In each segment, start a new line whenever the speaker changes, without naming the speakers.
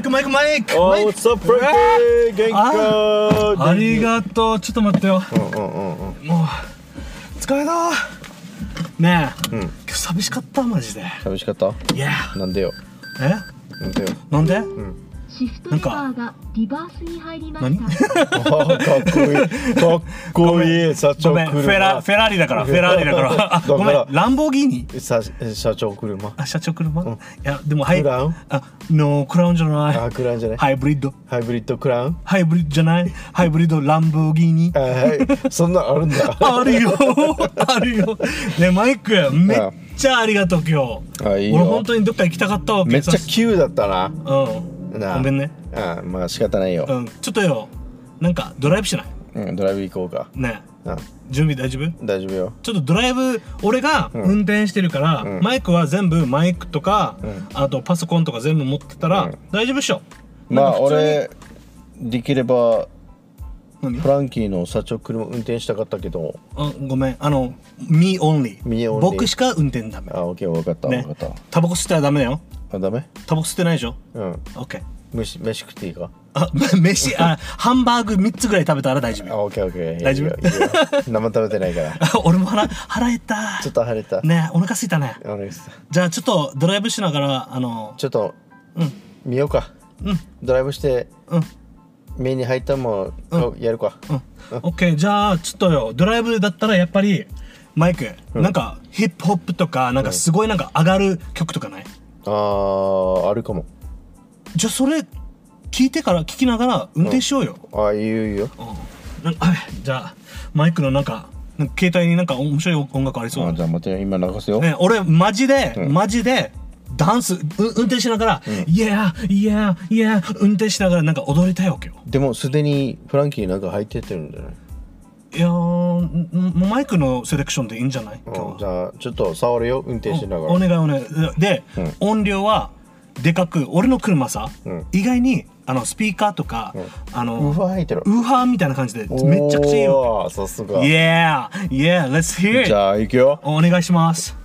クマイク
お
マイ
ー、
ク
what's up, Frankie? 元気か
ありがとうちょっと待ってよ
うんうんうんうん。
もう疲れたねえ、
ん
今日寂しかったマジで
寂しかった
いや
なんでよ。
え
なん でよ。
なんで
シフトレバーがリバースに入りました。
あーかっこいい。かっこいい。社
ご
長
めん
車。
フェラフェラーリだ からフェラーリだからあごめ
だ
ん
から
ランボギーニ
さ社長車。
あ社長車、いやでもはい
クラウン
あノークラウンじゃない
あ、クラウンじゃない。
ハイブリッド
ハイブリッドクラウン。
ハイブリッドじゃないハイブリッドランボギー ニ
あはい。そんなのある んだ。
あるよあるよねマイクめっちゃありがとう今日
あいいよ
俺本当にどっか行きたかったわけ
めっちゃ
久し
急だったな。
うん
なあ
ごめんね
あー、まあ仕方ないよ。
うんちょっとよなんかドライブしない
うん、ドライブ行こうか。
ね
うん、
準備大丈夫
大丈夫よ。
ちょっとドライブ俺が運転してるから、マイクは全部マイクとか、あとパソコンとか全部持ってたら、大丈夫っしょ
ま
なん
あ
か普通に
俺できれば
何
フランキーの社長車運転したかったけど
あごめんあの me only,
Me only
僕しか運転ダメ
あオッケー分かった分
ね
かった、
タバコ吸ったらダメだよ
あダメ
タバコ吸ってないでしょ
うん
オッケー
飯飯食っていいか
あ 飯あハンバーグ3つぐらい食べたら大丈夫
あオッケーオッケー
大丈夫
いいよいいよ生食べてな いから
あ俺も腹腹減った
ちょっと晴れた、
ねお腹空いたね
あのさ
じゃあちょっとドライブしながらあの
ちょっと
うん
見ようか
うん
ドライブして
うん
目に入ったもん、やるか、
うん、オッケーじゃあちょっとよドライブだったらやっぱりマイク、なんかヒップホップとかなんかすごいなんか上がる曲とかない、
あーあるかも
じゃあそれ聞いてから聞きながら運転しようよ、
あいいよいいよ
うんなんかはいじゃあマイクのなんかなんか携帯になんか面白い音楽ありそう
あじゃあ待てよ今流すよ、
ね、俺マジで、マジでダンスう運転しながら「イヤーイヤーイヤー」運転しながらなんか踊りたいわけよ
でもすでにフランキーなんか入ってってるんじゃない
いやーんんもうマイクのセレクションでいいんじゃない今日
うん
は
じゃあちょっと触るよ運転しながら
お願いお願いで、音量はでかく俺の車さ、
ん
意外にあのスピーカーとか、あ
う
の
わ入ってる
ウーハーみたいな感じでめちゃくちゃいいよ
おーさすが
Yeah Yeah let's hear
じ
it
ゃあ行くよ
お願いします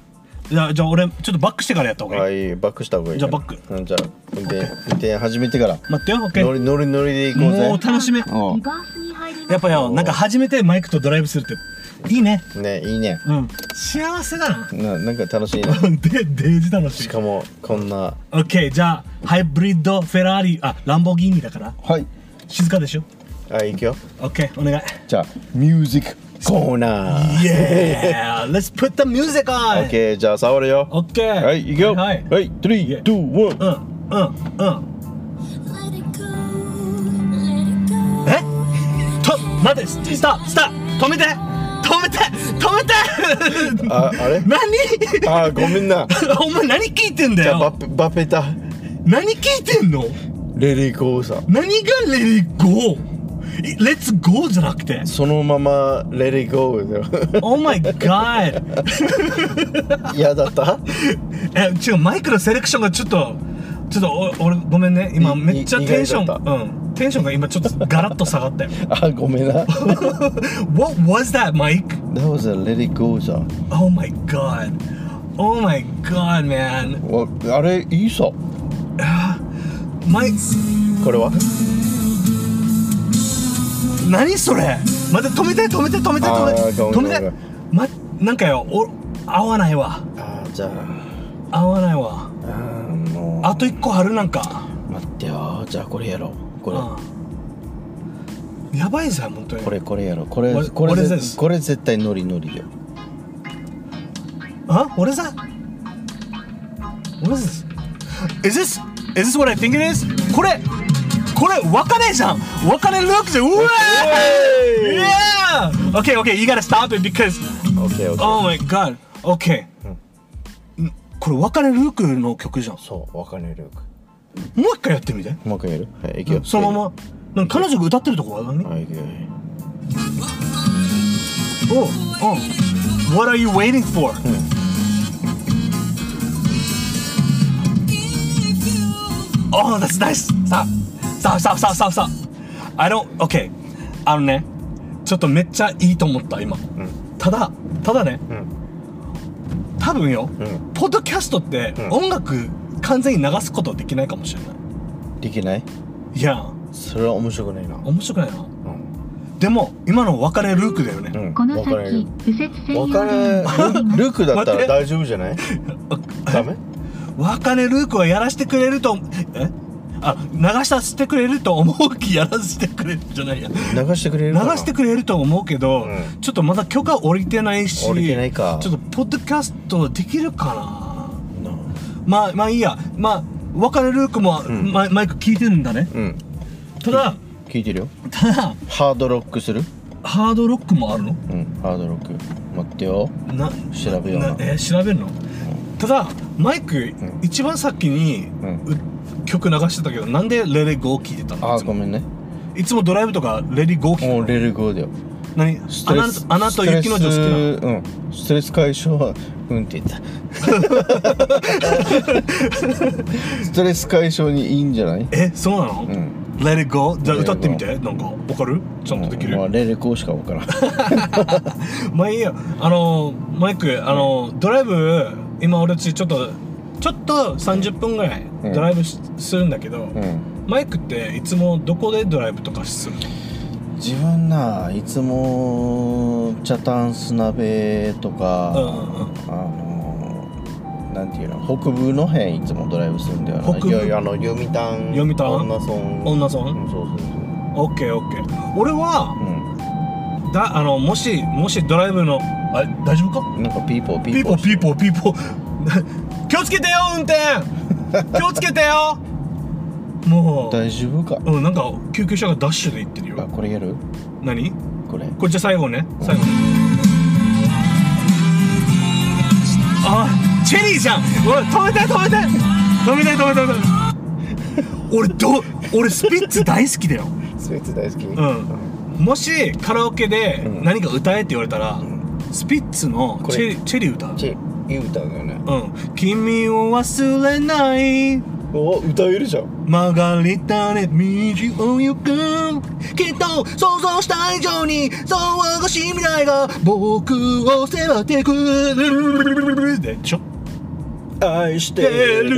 じゃあじゃあ俺ちょっとバックしてからやった方がいい、
はいバックした方がいい
じゃあ
か
バッ
なうんじゃあ運転運転始めてから
待ってよ OK
ノリノリノリで行こうぜ
もう楽しみ
うん
リバースに入りま
や
し
っぱよなんか初めてマイクとドライブするっていいね
ねいいね
うん幸せだな
ななんか楽しいな
でデージ楽し
し
い
かもこんな
OK じゃあハイブリッドフェラーリあランボギーニだから
はい
静かでしょ
あ行くよ
OK お願い
じゃあミュージックコーナー
Yeah Let's put the music
オ
on
ッケーじゃあ触るよ
OK
はい行くよ
は
はいい
はい
3 2 1
うんうんうんえと待ってスタースター止めて止めて止めて
ああれ
何
あごめんな
お前何聞いてんだ
じゃ
よ
あバペバペタ
何聞いてんの
レディーゴーさん
何がレディゴーレッツゴーじゃなくて
そのままレディーゴーだ
Oh my god
よ 嫌だった
え違うマイクのセレクションがちょっとちょっとお俺ごめんね今
い
めっちゃ
い
テンショ
意外
ンうんテンションが今ちょっとガラッと下がったよ
あごめん な
What was that Mike?
That was a let it go さ。
Oh my god Oh my god man
わあれいいさ。
マイ
これは
何それ待って止めて止めて止めて止めて
あーご
止
めん
め
ご
て
めん
まなんかよお合わないわ
あじゃあ
合わないわ
あーも
あと一個あるなんか
う待ってよ。じゃあこれやろう。これ。
うんやばいぜ本当に
これこれやろう。これ
What-
これ
what is
ぜ
this?
これ絶対ノリノリよ。
あ What is that? What is this? Is this? Is this what I think it is? これこれ別れじゃん別れルークじゃんうわー Yeah! Okay, okay, you gotta stop it because
オッケーオッケー。
Oh my god Okay んこれ別れルークの曲じゃんも
そう、わかるルーク。
う一回やってみて
うまくやるはい、いくよ。
そのままなんか彼女が歌ってるとこは何
ま。はい、いくよ。
Oh, oh. What are you waiting for? Oh, that's nice. Stop. Stop, stop, stop, stop, stop. I don't, okay. あのね、ちょっとめっちゃいいと思った、今。ただ、ただね、多分よ、
ん
ポッドキャストって音楽完全に流すことはできないかもしれない。
できない
いや
それは面白くないな
面白くないな
うん
でも今の別れルークだよね、
うん
この
分からんけ
先
ど
右折専用
別れ
レーンになります
ルークだっ
待
た
っ
ら
て
大丈夫じゃないダメ
別れルークはやらしてくれるとえあ流したしてくれると思うきやらしてくれるじゃないや
流してくれ
流
るかな
してくれると思うけど、
うん
ちょっとまだ許可下りてないし
降りてないか
ちょっとポッドキャストできるか
な
なまあまあいいやまあ別れルークも、
ん
マイマイク聞いてるんだね
うん
ただ
聞いてるよ
ただ
ハードロックする
ハードロックもあるの
うんハードロック待ってよ
な
調べような
えー調べるのただマイク、
ん
一番さっきに、う曲流してたけどなんで「レレゴー」聞いてたの
あ
い
ー
つ
ご
も
めんね
いつもドライブとか「レレゴー」聞
も
いう
レルゴーだよ
何
スト
ア
レ
ナ
ス
アナと雪の女好きなの
ストレスうんストレス解消はうんって言った ストレス解消にいいんじゃない
えそうなの、
うん
レレゴーじゃあ
Let it
歌ってみてなんかわかるちゃんとできる、
まあレルゴーしか分からん
まあいいやあのーマイクあのードライブ今俺たちちょっとちょっと30分ぐらい
うん
ドライブしするんだけど、
うん
マイクっていつもどこでドライブとかするの
自分ないつも茶タンス鍋とか、
うんうんうん
あのーなんていうの北部の辺いつもドライブするんだよな
北部
いやいやあの読谷
読谷
女村
女村
うんそうそうそう
オッケーオッケー俺は
う
だあのもしもしドライブのあ大丈夫か
んなんかピーポーピ
ピー
ー
ポ
ポー
ーピーポーピーポー 気をつけてよ運転気をつけてよもう
大丈夫か
うんなんか救急車がダッシュで行ってる
あ
よ
これやる
何
これ
これじゃあ最後ね最後あチェリーじゃんおい止めて止めて止めて止めて止めて俺ど俺スピッツ大好きだよ
スイーツ大好きう
うん、もしカラオケで
うん
何か歌えって言われたら、
ん
スピッツの
これ
チェリチェリー歌う
チェいい歌だよね
うん、君を忘れない
お歌えるじゃん
曲がりたね道を行くきっと想像した以上に騒がしい未来が僕を迫ってくるでしょ
愛し
ってて
る
る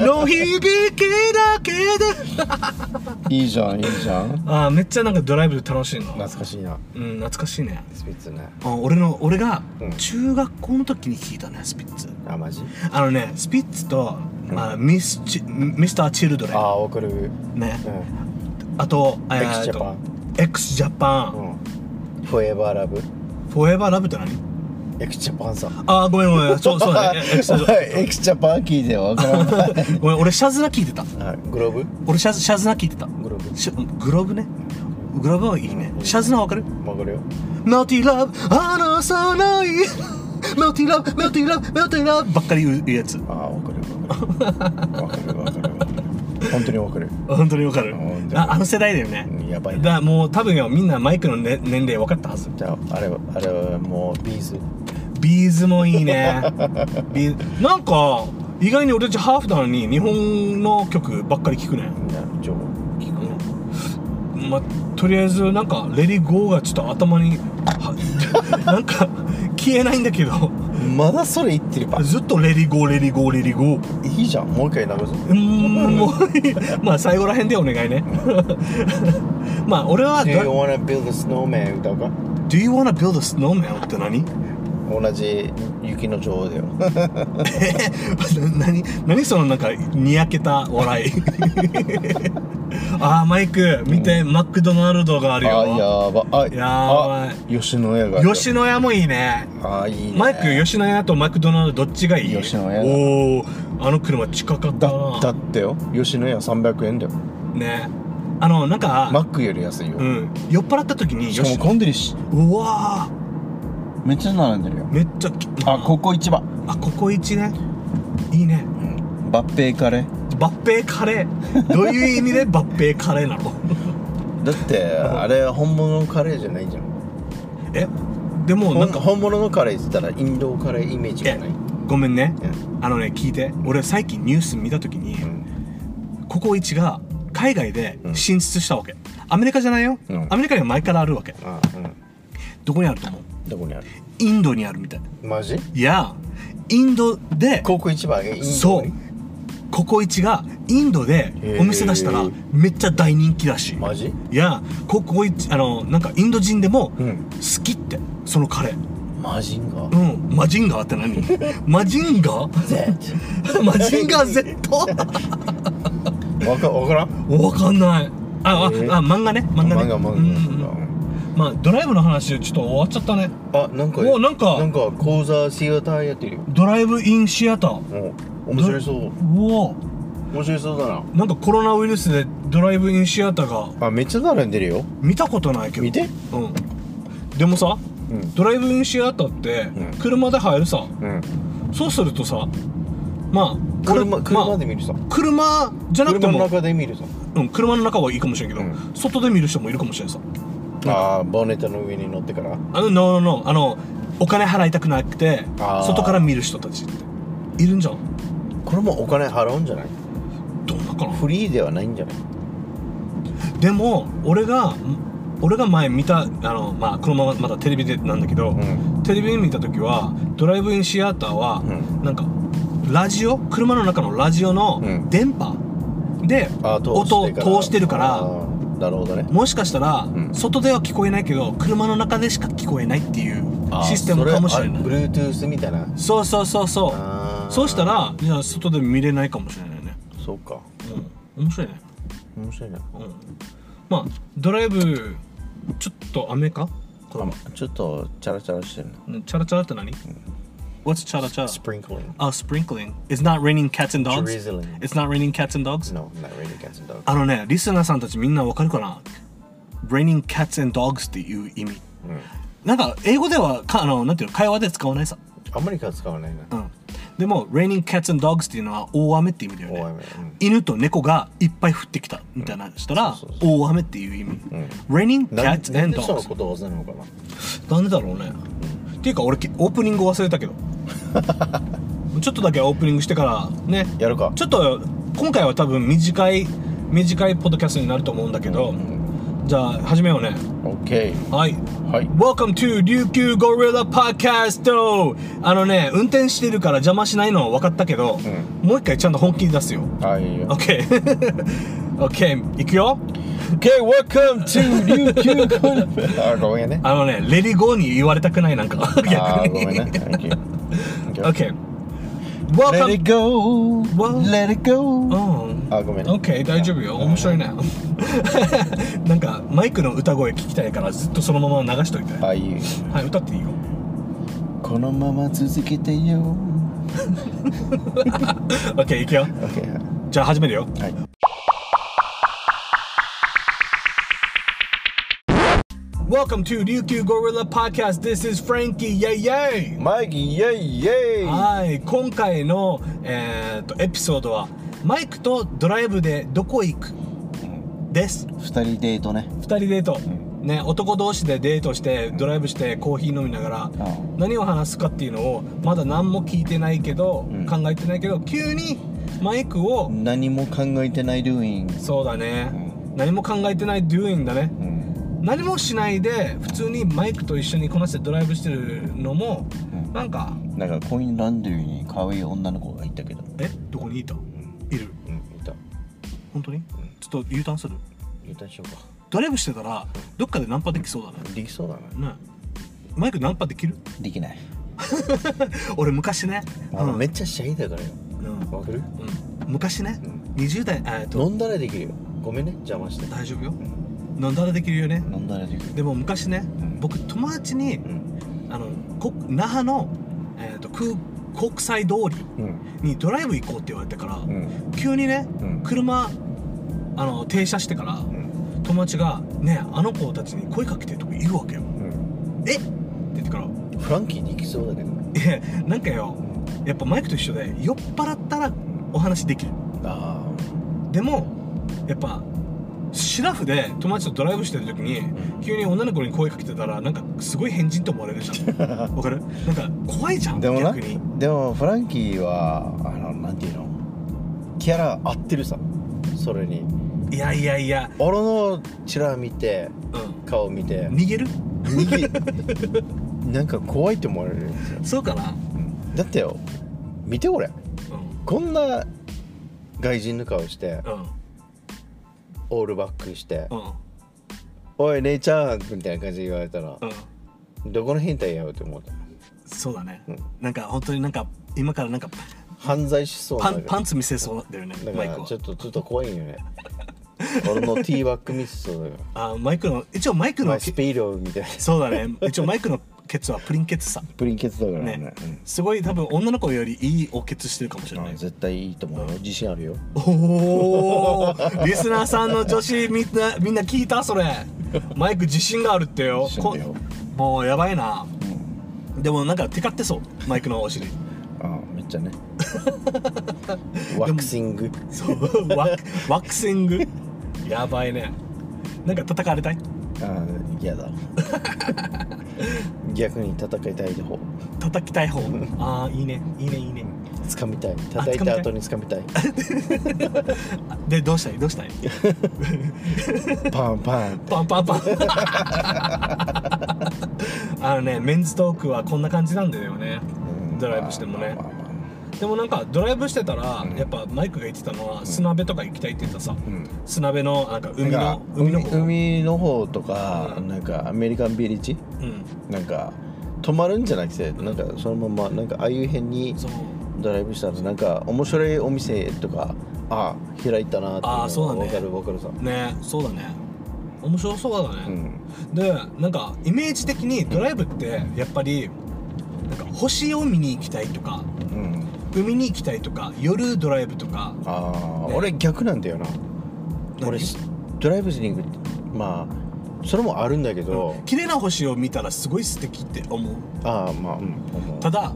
の響きだけで
いいじゃんいいじゃん
あーめっちゃなんかドライブで楽しいの
懐かしいな
うん懐かしいね
スピッツね
あ俺の俺が
うん
中学校の時に聞いたねスピッツ
あマジ
あのねスピッツと、まあ、ミスチミスター・チルドレ
ああわかるうん
ンねあと
X ジャパン
x ジャパン
うんフォーエバーラブ
フォーエバーラブって何
エクスジャパンさ
あーごめんごめんそうそうだね X
お いエクスジャパン聞いてよわからんはい
ごめん俺シャズナ聞いてた
グローブ
俺シャズシャズナ聞いてた
グロー
シャグローブねグローブはいいねシャズナわかる
ブわかるよ
ナティラブ離さないナティラブナティラブナティラブばっかり言う言うやつ
ああわかるわかるわかるわかるわかる本当にわかる
本当にわかる
本当に
ああの世代だよね、
うんやばい
だからもう多分よみんなマイクの、ね、年齢分かったはず
じゃああれはあれはもうビーズ
ビーズもいいねビーなんか意外に俺たちハーフなのに日本の曲ばっかり聴くね
みんな情報聞く
まあとりあえずなんか「レディゴー」がちょっと頭には なんか消えないんだけど
まだそれ言ってれば
ずっと「レディゴーレディゴーレディゴー」
いいじゃんもう一回流す
うーんもういいまあ最後ら辺でお願いね まあ俺は
Do
だ
you wanna build a snowman 歌うか
「Do you wanna build a snowman」って何
同じ雪の女王だよ
何何そのなんかにやけた笑い あーマイク見て、マクドナルドがあ
あ
るよ
やばあ
やば
あ吉野家があるよ
吉野家もいいね
あいいね
マイク吉野家とマクドナルドどっちがいい
吉野家だ
おおあの車近かった
だ
な
だってよ吉野家300円だよ
ねあのなんか、
マックより安いよ、
うん、酔っ払った時に
しかも
吉野
混んでるし
うわ
めっちゃ並んでるよ
ーめっちゃき
あここ市場、
あここ一ねいいね
うん、バッペイカレー
バッペーカレーどういう意味でバッペーカレーなの
だってあれ本物のカレーじゃないじゃん
えでもなんか
本物のカレーって言ったらインドカレーイメージがない、
ごめんね
う
あのね聞いて俺最近ニュース見た時に
ん
ココイチが海外で
うん
進出したわけアメリカじゃないよ、
うん
アメリカには前からあるわけ
あう、
どこにあると思うん
どこにある
インドにあるみたい
マジ
いやインドで
航空市場インドに
そうココイチがインドでお店出した
へ
ら
ー
めっちゃ大人気らしい
マジ
いやココイチあのなんかインド人でも
うん
好きってそのカレー
マジンガ
うんマジンガーって何 マジンガーマジンガー Z?
わかわからん
わかんないあ、あ、あ
えー
漫画ね漫画ね
漫画漫画
うんうんうん
漫
まあドライブの話ちょっと終わっちゃったね
画あなんか
おなんか
なんか講座シアターやってるよ
ドライブインシアター
お面白そ
う
う
わ
面白そうだな
なんかコロナウイルスでドライブインシアターが
あめっちゃ並んでるよ
見たことないけど
見て
うんでもさ
うん
ドライブインシアターって
うん
車で入るさ、
うん
そうするとさまあ
車車
ま
で見るさ
あ、車じゃなくて
車の
も
中で見るさ
うん、車の中はいいかもしれんけど、
うん
外で見る人もいるかもしれんさ
ああボンネットの上に乗ってから
あの no, no, no あのお金払いたくなくて
あー
外から見る人たちっているんじゃん
これもお金払うんじゃない
どうなんかな
フリーではないんじゃない
でも俺が俺が前見たあのまあこのまままたテレビでなんだけど、
ん
テレビで見た時はドライブインシアターは、
う
なんかラジオ車の中のラジオの
うん
電波で
あ
音を通してるから、
あーなるほどね
もしかしたら、
ん
外では聞こえないけど車の中でしか聞こえないっていうシステムかもしれない
ブルートゥースみたいな
そうそうそうそう
あー
そうしたらじゃあ外で見れないかもしれないね
そうか
うん面白いね
面白いな
うんまあドライブちょっと雨かこれは
ちょっとチャラチャラしてるな
ねチャラチャラって何 What's チャラチャラ
Sprinkling
Ah, sprinkling. It's not raining cats and dogs.
Drizzling.
It's not raining cats and dogs.
No, not really cats and dogs
あのね、リスナーさんたちみんなわかるかな ?raining cats and dogs っていう意味。なんか、英語ではか、あの、なんていうの、会話で使わないさ。
あんまり使わないな
うん。でも、raining cats and dogs っていうのは大雨っていう意味だよね。
大雨うん
犬と猫がいっぱい降ってきたみたいなのしたら、
そうそう
大雨っていう意味。raining
なん
cats and
なんでその
dogs。
ことわざなのかな
なんでだろうね。っていうか、俺、オープニング忘れたけ ど。ちょっとだけオープニングしてからね、
やるか
ちょっと今回は多分短い短いポッドキャストになると思うんだけど、じゃあ始めようね
OK
はい
はい
Welcome to 琉球ゴリラ Podcast あのね運転してるから邪魔しないのは分かったけど、もう一回ちゃんと本気に出すよ
はい
OK OK いくよ
OK welcome to 琉球ゴリ ラあごめんね
あのねレディゴーに言われたくないなんか
あー
逆
ごめん
に
ね Thank you
OK
Let it
Welcome
go
What?
Let it go
うん
あごめんね
OK 大丈夫よ面白いね なんかマイクの歌声聞きたいからずっとそのまま流しといて
ああいう
はい歌っていいよ
このまま続けてよ
OK いくよ
OK
じゃあ始めるよ
はい
Welcome to 琉球ゴリラ Podcast This is Frankie イェイイェイ
マイキーイェイイェイ
はい今回の、えー、とエピソードはマイクとドライブでどこ行くです
二人デートね
2人デート、ね、男同士でデートしてドライブしてコーヒー飲みながら
ん
何を話すかっていうのをまだ何も聞いてないけど、
うん
考えてないけど急にマイクを、
何も考えてないルーイン
そうだね、
う
何も考えてない doing だね
うん
何もしないで普通にマイクと一緒にこの人ドライブしてるのも、なんか
なんかコインランドリーに可愛い女の子がいたけど
えどこにいたいる
うんいた
本当にちょっと U ターンする
いたしようか
ドライブしてたらどっかでナンパできそうだね
できそうだな
ねマイクナンパできる
できない
俺昔ね、
あ
うん
めっちゃシャイだからよ
うん
わかる
うん昔ね、
うん
20代えっと
飲んだらできるよごめんね邪魔して
大丈夫よ飲んだらできるよね
飲んだらできる
でも昔ね
ん
僕友達に
うん
あのこ那覇の、えー、と空国際通り
うん
にドライブ行こうって言われてから、
うん
急にね、
うん
車あの停車してから、
うん
友達が「ねえあの子たちに声かけて」とか言うわけよ
うん
「えっ!」って言ってから「
フランキーできそうだけど
いや なんかよやっぱマイクと一緒で酔っ払ったらお話できる
あ
でもやっぱシラフで友達とドライブしてる時に急に女の子に声かけてたらなんかすごい変人と思われるじゃ んわかるなんか怖いじゃん
でもな
逆に
でもフランキーはあのなんていうのキャラ合ってるさそれに
いやいやいや
俺のチラ見て
う
顔見て
ん逃げる
逃げなんか怖いって思われるんですよ
そうかな
だってよ見て俺
うん
こんな外人の顔して
うん
オールバックにして
うん
「おい姉ちゃん」みたいな感じで言われたら
うん
どこの変態やよって思った
そうだね、
うん
なんか本当になんか今からなんか
犯罪しそう
パ
な
ンパンツ見せそうだよね
だか
マイク
ら
は
ちょっとちょっと怖いんよ ね俺のティーバックミスそうだよ
あマイクの一応マイク
ま
の、
あスピードみたい な
そうだね一応マイクのケツはプリンケツさ
プリンケツだからね
ねすごい多分女の子よりいいおケツしてるかもし
う
れ
ん
な
あ
い
絶対いいと思うよ自信あるよ
おおリスナーさんの女子みんなみんな聞いたそれマイク自信があるってよ
自信あるよ
こもうやばいな、でもなんかテカってそうマイクのお尻
あめっちゃ ねワックシング
そう ワワックシングやばいねなんか叩かれたい
あ嫌 だ逆に戦いたい方
叩きたい 方ああいいねいいねいいね
掴みたい叩いた後に掴みた い
あでどうしたいどうしたい
パンパン
パンパンパンあのねメンズトークはこんな感じなんだよね
うん
ドライブしてもね
まあまあまあま
でもなんかドライブしてたら、
うん
やっぱマイクが言ってたのは砂辺とか行きたいって言ってたさ、
あうん
砂辺のなんか海
なんか
の海の方
海の方とか、
うん
なんかアメリカンビリッジ
うん
なんか泊まるんじゃなくてなんかそのままなんかああいう辺に
そう
ドライブしたらなんか面白いお店とかあ開いたなって
あー
い
そううだ
の
ね
が分かる分かるさ
ねそうだね面白そうだ
う
ね、
ん
でなんかイメージ的にドライブってやっぱりなんか星を見に行きたいとか
うん
海に行きたいとか夜ドライブとか
ああ、
ね
俺逆なんだよな
何
俺ドライブしに行くまあそれもあるんだけど、
綺麗な星を見たらすごい素敵って思う
ああまあ、うん、思う
ただ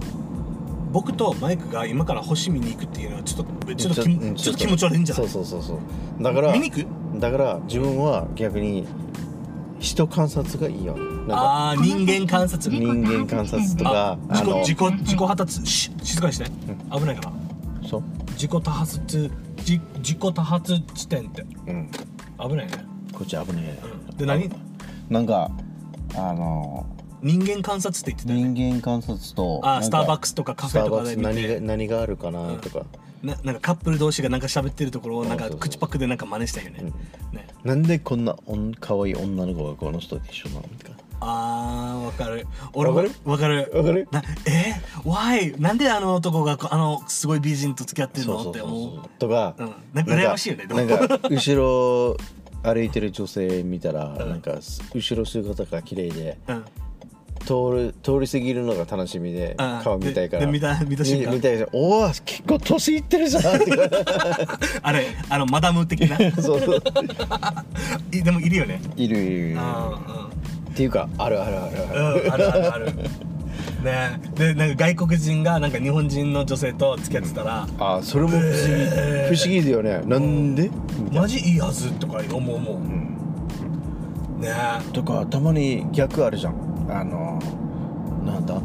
僕とマイクが今から星見に行くっていうのはちょっとちょっとき
うん
もちょっと気持ち悪いんじゃな
そ
いう
そうそうそうだから
見に行く
だから自分は逆に人観察がいいよなんか
ああー人間観察
ー
人間観察とか
あ
あ
自己
の
自己自己発達し静かにして、危ないから
そう
自己多発地自自己多発地点って
うん
危ないね
こっち危ねえ
で何
なんかあの
人間観察って言ってたよね
人間観察と
あースターバック
ス
スとかカフェとかで見
何が
て
何があるかなとか、
ななんかカップル同士がなんか喋ってるところをなん
そう
か
そうそう
口パクでなんか真似したよね,、ね
なんでこんなおん可愛い女の子がこの人と一緒なのとか
あーわかる俺も
わかる
わかる
わかる
なえー、why なんであの男がこあのすごい美人と付き合ってるのって思う
とか、
うんなんか羨ましいよねでも
なんか後ろ歩いてる女性見たら、なんかす後ろ姿が綺麗で
うん
通る通り過ぎるのが楽しみで、
うん
顔見たいから
でで見た見た瞬間
見見たいじゃんおお結構年いってるじゃ んって
あれあのマダム的 な
そうそう
いでもいるよね
いるいるいる
あ
っていうかあるあるあるあ
あ
る、
うんうんあるあ るあるねでなんか外国人がなんか日本人の女性と付き合ってたら、
ああそれも不思議、
えー
不思議だよねなんで、
マジいいはずとか思うもんね
とかたまに逆あるじゃんあのなんだ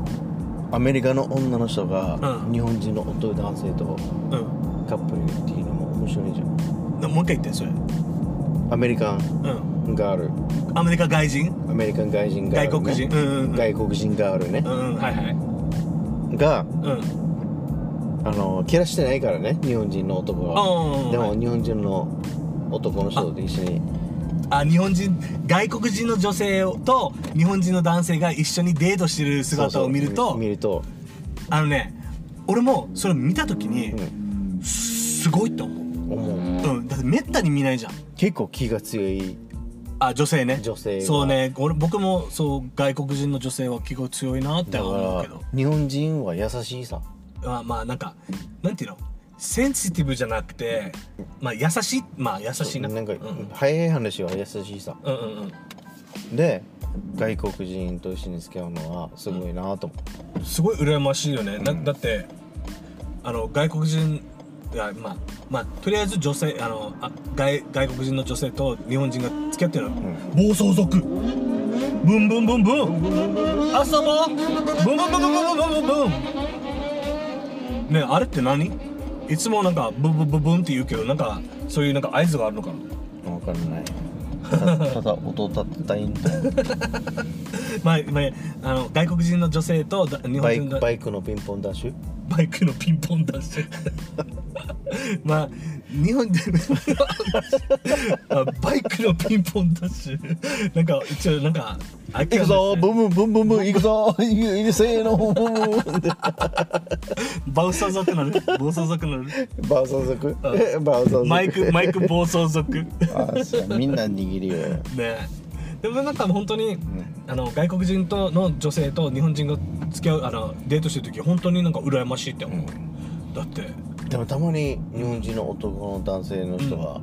アメリカの女の人が
うん
日本人の男男性と
うん
カップルっていうのも面白いじゃん
なもう一回言ってそれう
アメリカン
ん
ガール
アメリカ外人
アメリカン外人ガール、
外
ね、
国人うんうんうん
外国人ガールね
う、んうんはいはい
が
うん
あの蹴らしてないからね日本人の男は
あ
でも、
はい
日本人の男の人と一緒に
あ日本人外国人の女性と日本人の男性が一緒にデートしてる
そう
姿
そう
を見ると
見ると、
あのね俺もそれ見た時に、
うん、
すごいと思
思
う、
う
うん、だってめったに見ないじゃん
結構気が強い
あ女性ね
女性が
そうね俺僕もそう外国人の女性は結構強いなって
だ
思う
か
けど
ら日本人は優しいさ
まあまあなんかなんていうのセンシティブじゃなくてまあ優しいまあ優しいな
なんか、
うんうん
早い話は優しいさ
うんうん
で外国人と一緒に付き合うのはすごいなと思
うんすごい羨ましいよね、なだってあの外国人いやまあまあとりあえず女性あのあ外外国人の女性と日本人が付き合ってる、暴走族ブンブンブンブン遊ぼうブンブンブンブンブンブンブンブンねえあれって何いつもなんかブンブンブンブンって言うけどなんかそういうなんか合図があるのかな
う、わからないたただ音立てたいんだ
まあ、まあ、あの外国人の女性とだ日
バ
本人
イク
の
バイクのピンポンダッシュ
バイクのピンポン出して。 まあ、日本で、まあ バイクのピンポンダッシュ。なんか、一応、なんか、行
行くぞブンブンブンブンブン行くぞいいせーのブンブンブンで
暴走族なる。暴走族なる。
バウソ族えバウソ族
マイク、マイク暴走族。
あそうみんな握りよ
ねでもなんか本当に、あの外国人との女性と日本人が付き合うあのデートしてる時本当になんか羨ましいって思う、だって
でもたまに日本人の男の男性の人は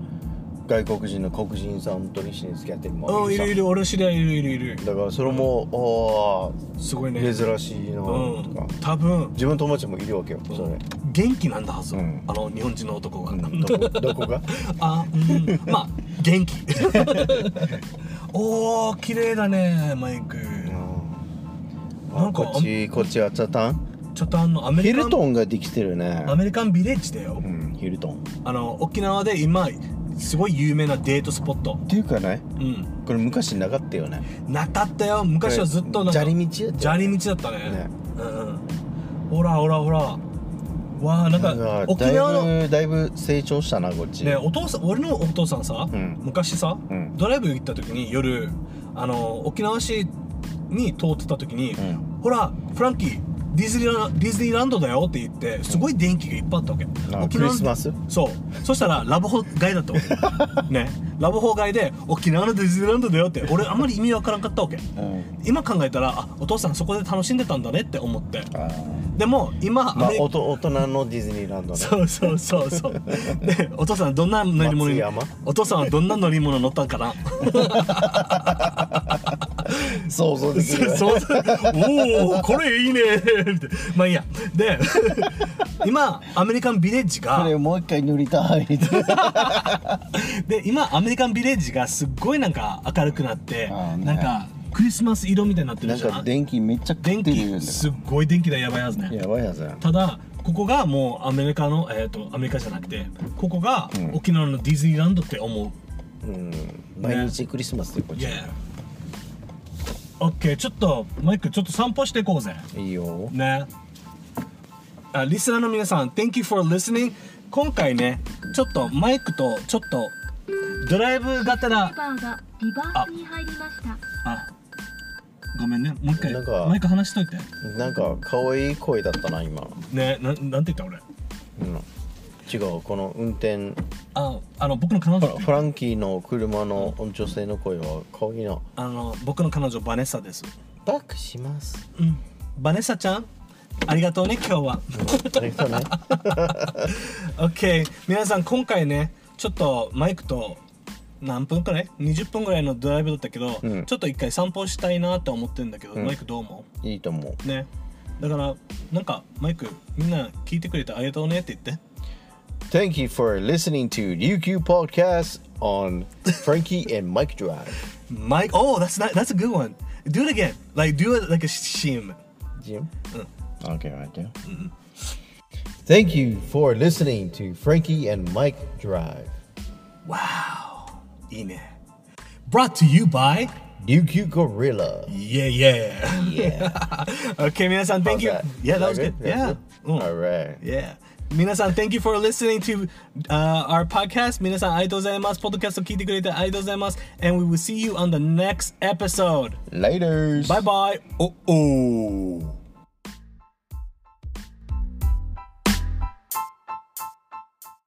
外国人の黒人さんと一緒に付き合ってるも
うんい
さ
るいる俺の知り合いいるいるいる
だからそれも、お
すごいね
ー珍しいな
う
とか、
ん多分
自分の友達もいるわけよそれ、
元気なんだはず、
うん
あの日本人の男が、
うん、どこど こが
あうんまあ元 気おお綺麗だねマイク、
うん
な
あ
んか
こっちこっちあチャタン
ちょっとあのアメ
ヒ
リカ
ル
ン
トンができてるね
アメリカンビレッジだよ、
うんヒルトンっ
あの沖縄で今すごい有名なデートスポット
ていうかね
うん
これ昔なかったよね
なかったよ昔はずっとなんか
砂利道やった
砂利道だったね
ね
うんうんほらほらほらわあなんか
だ
沖
だい
縄の
ぶだいぶ成長したなこっち、
ねお父さん俺のお父さんさ、
うん
昔さ、
うん
ドライブ行った時に夜あの沖縄市に通ってた時に、
うん
ほらフランキーディズニーランディズニーランドだよって言ってすごい電気がいっぱいあったわけ、
あ
沖
ク
縄
リスマス
そうそしたらラブホ街だったわ けねラブホ街で沖縄のディズニーランドだよって俺あんまり意味わからんかったわけ
うん
今考えたらあお父さんそこで楽しんでたんだねって思って
あー
でも今、
まあ
アメリ
おと大人のディズニーランドね
そうそうそうそうでお父さんどんな乗り物に
松山
お父さんはどんな乗り物乗ったんかな
想像できる
そうそうおおこれいいねみたいなまあいいやで今アメリカンビレッジ
これ
が
もう一回塗りたい
で今アメリカンビレッジがすっごいなんか明るくなって、
あーね
なんかクリスマス色みたいになってる
なん
じゃ
か
ん
電気めっちゃ食
電
ってるよ
気
ね
すっごい電気だやばいはずね
やばいやつや
ただここがもうアメリカのえっ、とアメリカじゃなくてここが沖縄のディズニーランドって思
うん毎日クリスマスでこ
う
っ
い
ち
やオッケーちょっとマイクちょっと散歩していこうぜ
いいよ
ねあリスナーの皆さん Thank you for listening 今回ねちょっとマイクとちょっとドライブがて
ドライ
ら
バーがリバースに入りました。
あごめんねもう一回
なんか
マイク離しといて
なんか可愛い声だったな今、
ねなんなんて言った俺
うん、違うこの運転
ああの僕の彼女
フランキーの車の女性の声は可愛いな
あの僕の彼女バネッサです
バックします
うん、バネッサちゃんありがとうね今日は
ありがとうね
OK 皆さん今回ねちょっとマイクと何分くらい20分くらいのドライブだったけど、
うん
ちょっと一回散歩したいなって思ってるんだけど、
ん
マイクどう思
いいと思う
うねだからなんかマイクみんな聞いてくれてありがとうねって言って
Thank you for listening to Ryukyu Podcast on Frankie and Mike Drive.
マイク Oh that's not, that's a good one do it again like do it like a CM
Jim? Mm. Okay, right there. Thank you for listening to Frankie and Mike Drive.
wow いいね brought to you by
Ryukyu Gorilla.
yeah yeah
Yeah.
okay 皆さん thank you
How's that?
yeah that was
Is that
good
good?
yeah
That's good?
うん
All right.
Yeah. 皆さん、Thank you for listening to、uh, our podcast. 皆さん、ありがとうございます。ポッドキャスト聞いてくれてありがとうございます。And we will see you on the next episode.
Later.
Bye bye. おおー。